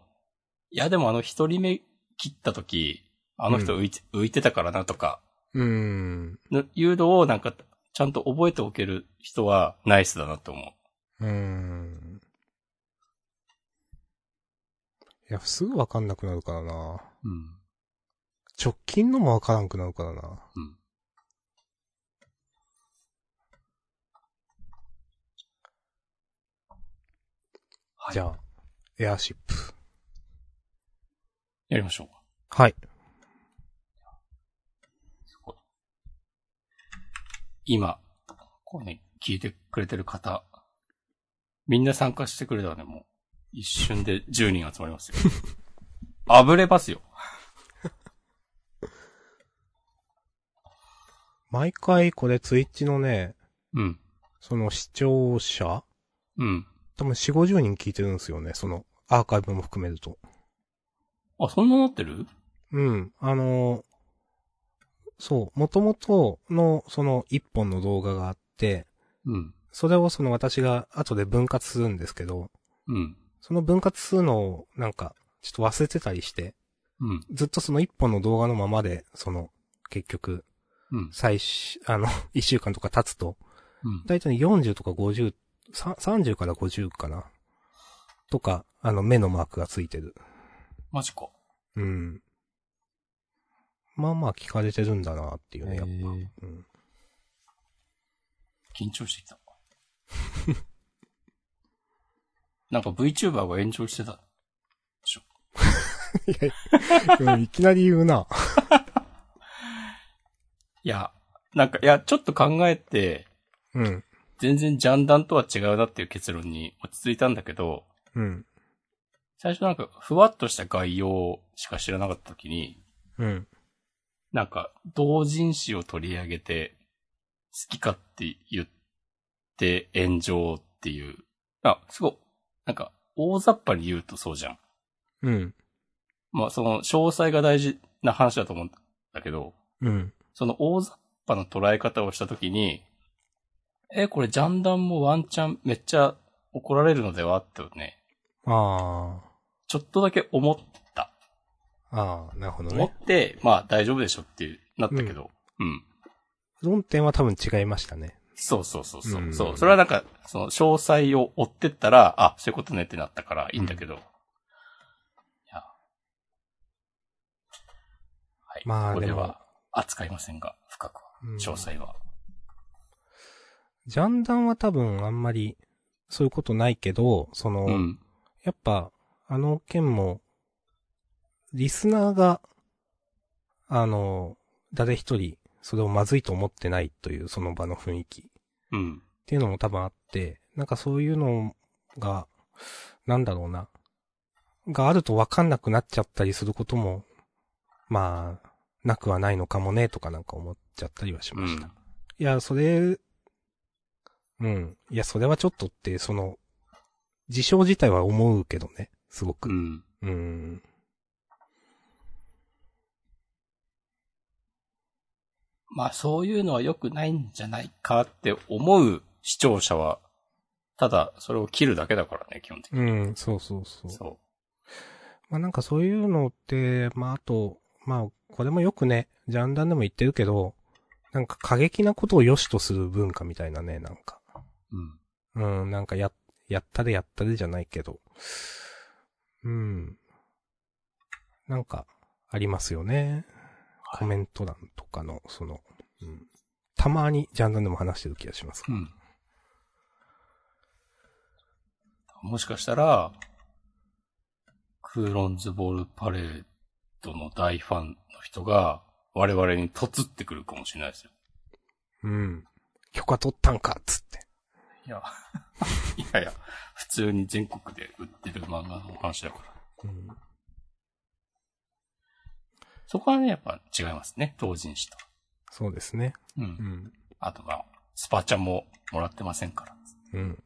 A: いやでもあの一人目切った時、あの人浮いて、浮いてたからなとか、
B: うん。
A: のいうのをなんか、ちゃんと覚えておける人はナイスだなと思
B: うん。いや、すぐわかんなくなるからな。
A: う。うん。
B: 直近のもわからんくなるからな。
A: うん
B: じゃあ、エアシップ。
A: やりましょう。
B: はい。
A: 今、こうね、聞いてくれてる方、みんな参加してくれたらね、もう、一瞬で10人集まります よ。あぶれますよ。
B: 毎回これツイッチのね、
A: うん。
B: その視聴者
A: うん。
B: 多分4、50人聞いてるんですよね。そのアーカイブも含めると。
A: あ、そんななってる
B: うん。あのーそう、元々のその一本の動画があって、
A: うん。
B: それをその私が後で分割するんですけど、
A: うん。
B: その分割するのをなんかちょっと忘れてたりして、
A: うん。
B: ずっとその一本の動画のままで、その結局、
A: うん。
B: 最初、あの、 一週間とか経つと、
A: うん。
B: だいたい40とか50、さ30から50かな。とか、あの、目のマークがついてる。
A: マジか。
B: うん。まあまあ聞かれてるんだなっていうね、やっぱ。
A: へー
B: うん。
A: 緊張してきた。 なんか VTuber が炎上してた。
B: いや、いきなり言うな。
A: いや、なんか、いや、ちょっと考えて、
B: うん。
A: 全然ジャンダンとは違うなっていう結論に落ち着いたんだけど、
B: うん。
A: 最初なんか、ふわっとした概要しか知らなかった時に、
B: うん。
A: なんか、同人誌を取り上げて、好きかって言って炎上っていう。あ、すごい。なんか、大雑把に言うとそうじゃん。
B: うん。
A: まあ、その、詳細が大事な話だと思うんだけど、
B: うん。
A: その大雑把な捉え方をしたときに、え、これジャンダンもワンチャンめっちゃ怒られるのではってね、
B: あ
A: ちょっとだけ思った。
B: あ。ああ、なるほど
A: 思っ
B: ね。
A: て、まあ大丈夫でしょっていうなったけど、うん。
B: 論点は多分違いましたね。
A: そうそうそうそう。
B: うん
A: そう。それはなんか、その詳細を追ってったら、あ、そういうことねってなったからいいんだけど。いや。はい。
B: まあ
A: ここで
B: でも
A: は扱いませんが、深くは。
B: うん
A: 詳細は。
B: ジャンダンは多分あんまり、そういうことないけど、その、
A: うん。
B: やっぱ、あの件も、リスナーが、あの、誰一人、それをまずいと思ってないという、その場の雰囲気っ
A: うん。
B: ていうのも多分あって、なんかそういうのが、なんだろうな、があるとわかんなくなっちゃったりすることも、まあ、なくはないのかもね、とかなんか思っちゃったりはし
A: う
B: ました。
A: ん。
B: いや、それ、うん。いや、それはちょっとって、その、事象自体は思うけどね、すご
A: う
B: く。
A: ん。
B: うん。
A: まあそういうのは良くないんじゃないかって思う視聴者は、ただそれを切るだけだからね、基本的に。
B: うん、そうそうそう。
A: そ
B: まあなんかそういうのって、まああと、まあ、これもよくね、ジャンダンでも言ってるけど、なんか過激なことを良しとする文化みたいなね、なんか。
A: う。うん。
B: うん、なんかや、やったでやったでじゃないけど。うん。なんか、ありますよね。コメント欄とかの、その、うん。たまにジャンダンでも話してる気がします。
A: うん。もしかしたら、クーロンズボールパレードの大ファンの人が、我々にとつってくるかもしれないですよ。
B: うん。許可取ったんかっつって。
A: いや、いやいや、普通に全国で売ってる漫画の話だから。
B: うん。
A: そこはね、やっぱ違いますね、当人誌と。
B: そうですね。
A: う。
B: うんん。
A: あとまあ、スパチャももらってませんから。
B: うん。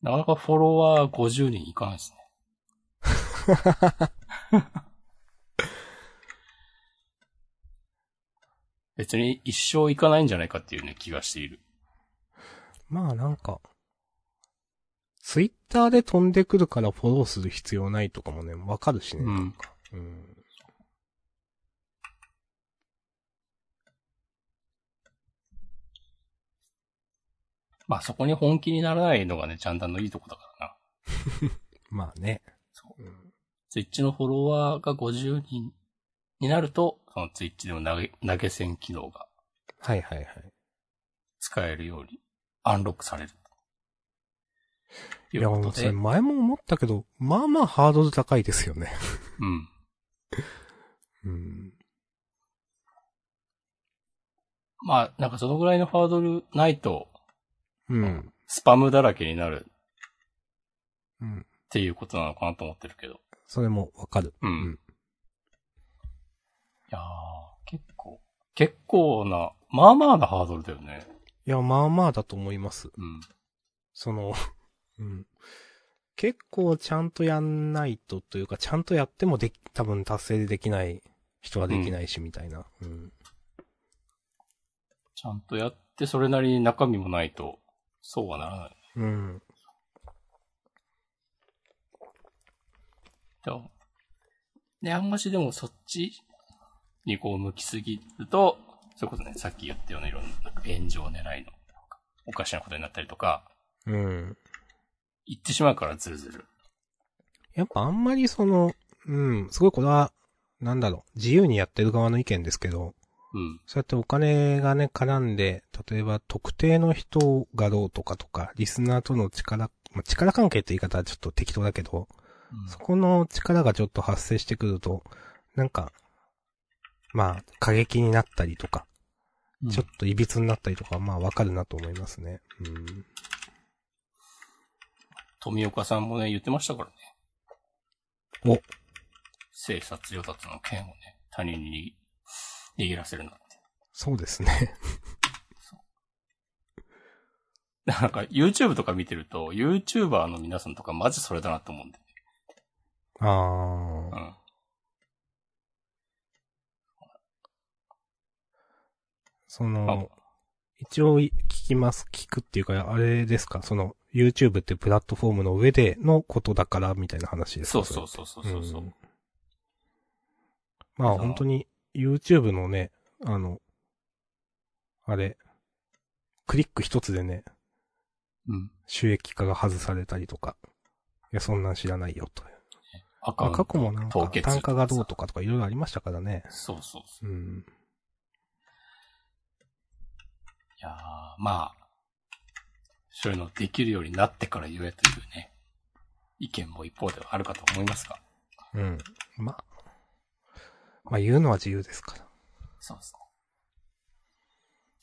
A: なかなかフォロワー50人いかないですね。 別に一生いかないんじゃないかっていうね気がしている。
B: まあなんか、ツイッターで飛んでくるからフォローする必要ないとかもね、わかるしね。
A: うん。
B: うん。
A: まあそこに本気にならないのがね、ちゃんだんのいいとこだからな。
B: まあね。
A: そ
B: うん
A: ツイッチのフォロワーが50人になると、そのツイッチでも投げ、投げ銭機能が
B: はいはいはい。
A: 使えるようにアンロックされる。と
B: い
A: い
B: や、
A: う
B: も
A: こ
B: う
A: と
B: そ
A: で、
B: れ
A: うん。
B: 前も思ったけど、まあまあハードル高いですよね。うん。
A: まあ、なんかそのぐらいのハードルないと、
B: うん。
A: スパムだらけになるっ
B: うん。
A: ていうことなのかなと思ってるけど。
B: それもわかる。
A: うん。
B: うん
A: いやー、結構、結構な、まあまあなハードルだよね。
B: いや、まあまあだと思います。
A: うん。
B: その、 うん。結構ちゃんとやんないとというか、ちゃんとやってもでき、多分達成できない人はできないし、みたいな。うん。
A: ちゃんとやって、それなりに中身もないと、そうはならない。
B: うん。
A: でもね、あんましでもそっちにこう向きすぎると、そういうことね、さっき言ったようないろんななんか炎上狙いの、なんかおかしなことになったりとか、
B: うん。
A: 言ってしまうからズルズル。
B: やっぱあんまりその、うん、すごいこれは、なんだろう、自由にやってる側の意見ですけど、
A: うん。
B: そうやってお金がね、絡んで、例えば特定の人がどうとかとか、リスナーとの力、まあ、力関係って言い方はちょっと適当だけど、
A: うん
B: そこの力がちょっと発生してくると、なんか、まあ、過激になったりとか、
A: うん
B: ちょっと歪になったりとか、まあわかるなと思いますね。うん。
A: 富岡さんもね、言ってましたからね。
B: お
A: 生殺与奪の剣をね、他人に握らせるなん て。
B: そうですね。
A: なんか YouTube とか見てると、YouTuber の皆さんとかマジそれだなと思うんで。
B: あ
A: う
B: あ。
A: ん。
B: その、一応い聞きます、聞くっていうか、あれですか、その、YouTube ってプラットフォームの上でのことだから、みたいな話ですか
A: そうそう
B: れ
A: そうそうそうそう。
B: んまあ
A: その
B: 本当に YouTube のね、あの、あれ、クリック一つでね、
A: うん。
B: 収益化が外されたりとか、いや、そんなん知らないよと。
A: アカ
B: まあ
A: ウント
B: 過去もなん
A: 凍
B: か
A: 結
B: 単価がどう
A: か
B: とかとかいろいろありましたからね。
A: さ。そうそうそう。
B: うん。
A: いやーまあ、そういうのできるようになってから言えというね、意見も一方ではあるかと思いますが。
B: うん。まあ。まあ言うのは自由ですから。
A: そうですね。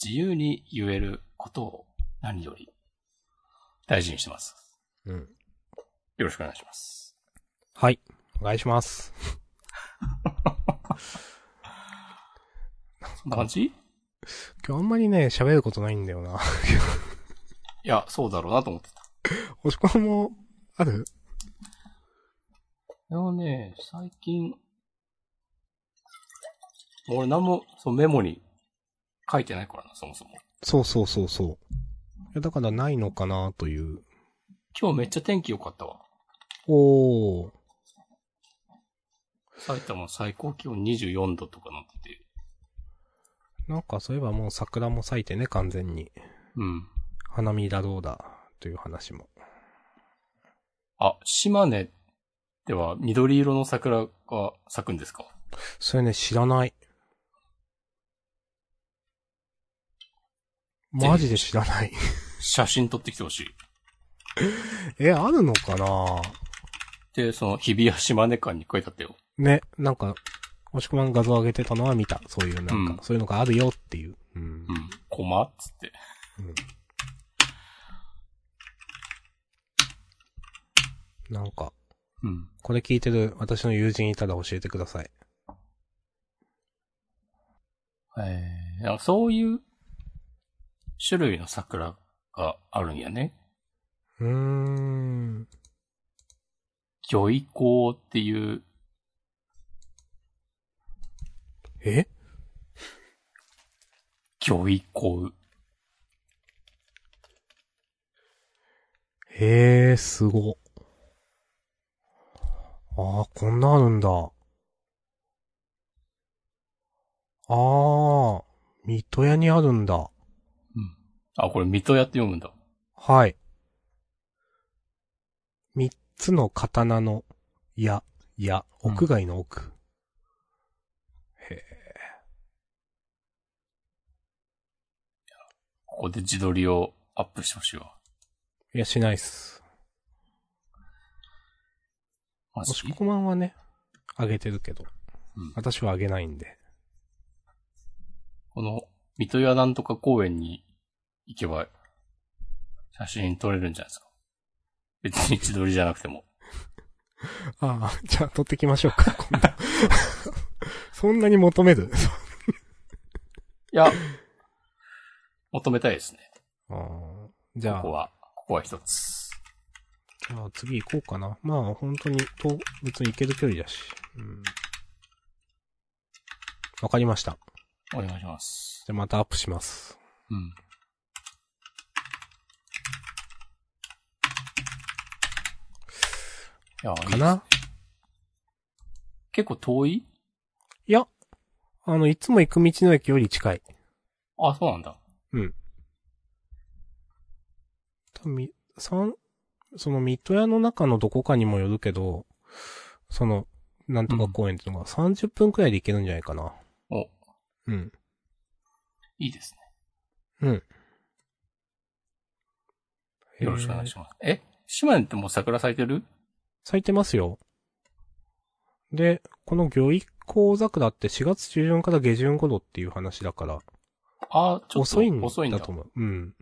A: 自由に言えることを何より大事にしてます。
B: うん。
A: よろしくお願いします。
B: はい。お願いします。
A: そんな感じい
B: 今日あんまりね、喋ることないんだよな。
A: や、そうだろうなと思ってた。
B: 押し込みも、ある
A: いやね、最近、俺何もそのメモに書いてないからな、そもそも。
B: そうそうそうそう。いや、だからないのかなという。
A: 今日めっちゃ天気良かったわ。
B: おー。
A: 埼玉最高気温24度とかなってて。
B: なんかそういえばもう桜も咲いてね、完全に。
A: うん。
B: 花見だどうだ、という話も。
A: あ、島根では緑色の桜が咲くんですか
B: それね、知らない。マジで知らない。
A: 写真撮ってきてほしい。
B: え、あるのかな
A: で、その日比谷島根館に書いてあったよ。
B: ね、なんか、押し込まん画像上げてたのは見た。そういう、なんか、
A: うん
B: そういうのがあるよっていう。うん
A: う。ん。駒っつって。
B: なんか、
A: うん。
B: これ聞いてる私の友人いたら教えてください。
A: えー、なんかそういう種類の桜があるんやね。
B: うーん。
A: 魚意光っていう、
B: え
A: 魚意光。
B: へえ、すご。ああ、こんなあるんだ。ああ、水戸屋にあるんだ。
A: あ、これ水戸屋って読むんだ。
B: はい。三つの刀の矢、矢、
A: うん
B: 屋外の奥。へ
A: ここで自撮りをアップしてほしいわ。
B: え。いや、しないっす。
A: マ
B: 押
A: ジ
B: し込まんはね、あげてるけど。
A: うん
B: 私はあげないんで。
A: この、水戸屋なんとか公園に行けば、写真撮れるんじゃないですか。別に自撮りじゃなくても。
B: ああ、じゃあ取ってきましょうか、今度。そんなに求める
A: いや、求めたいですね。
B: あーじゃ
A: こ
B: あ
A: こ、は、ここは一つ。
B: じゃあ次行こうかな。まあ本当に、と、別に行ける距離だし。うん。わかりました。じ
A: お願いします。
B: ゃあまたアップします。
A: うん。いや、いい
B: かな
A: 結構遠い
B: いや、あの、いつも行く道の駅より近い。
A: あ、そうなんだ。
B: 多分み、三、その水戸屋の中のどこかにもよるけど、その、なんとか公園っていうのが30分くらいで行けるんじゃないかな。
A: お、
B: うん。
A: いいですね。
B: えー
A: よろしくお願いします。え島根ってもう桜咲いてる
B: 咲いてますよ。で、この魚一光桜って4月中旬から下旬頃っていう話だから、
A: あー、ちょっと
B: 遅いんだ
A: 遅いんだ。
B: と思う。うん。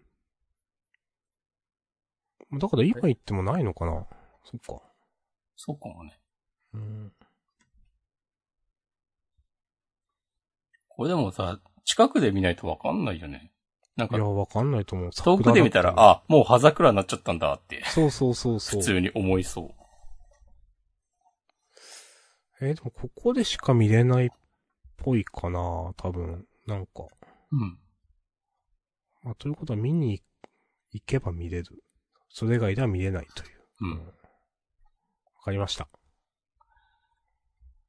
B: だから今行ってもないのかなそっか。
A: そうかもね。
B: うん。
A: これでもさ、近くで見ないとわかんないよね。なん
B: い
A: か
B: や、、わかんないと思う。
A: 遠くで見
B: 桜だ
A: たら、
B: っ
A: あ、もう葉桜になっちゃったんだって
B: た、そうそうそうそ
A: 普
B: う。
A: 通に思いそう。
B: えーでもここでしか見れないっぽいかな多分。なんか。
A: うん。
B: まあ、ということは見に行けば見れる。それ以外では見れないという。
A: うん。
B: わかりました。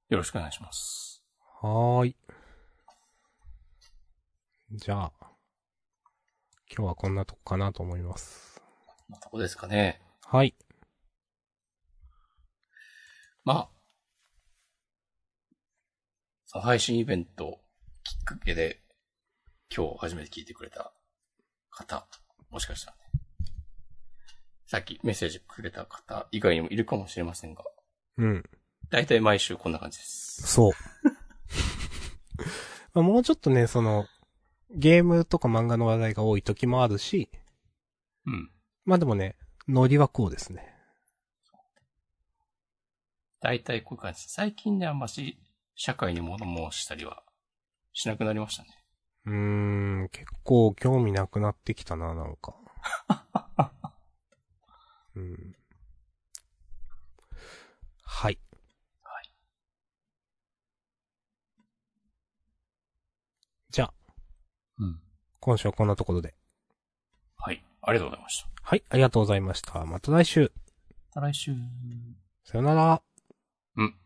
A: よろしくお願いします。
B: はーい。じゃあ、今日はこんなとこかなと思います。
A: まあ、どこですかね。
B: はい。
A: まあ、その配信イベントきっかけで、今日初めて聞いてくれた方、もしかしたらね。さっきメッセージくれた方以外にもいるかもしれませんが、
B: うん。
A: だいたい毎週こんな感じです。
B: そう。 まあもうちょっとね、その、ゲームとか漫画の話題が多い時もあるし、
A: うん。
B: まあでもね、ノリはこうですね。
A: だいたいこういう感じ。最近ね、あんまし、社会に物申したりは、しなくなりましたね。
B: うーん、結構興味なくなってきたな、なん か。うん、はい。
A: はい。
B: じゃあ、
A: うん。
B: 今週はこんなところで。
A: はい。ありがとうございました。
B: はい、ありがとうございました。また来週。
A: また来週。
B: さよなら。
A: うん。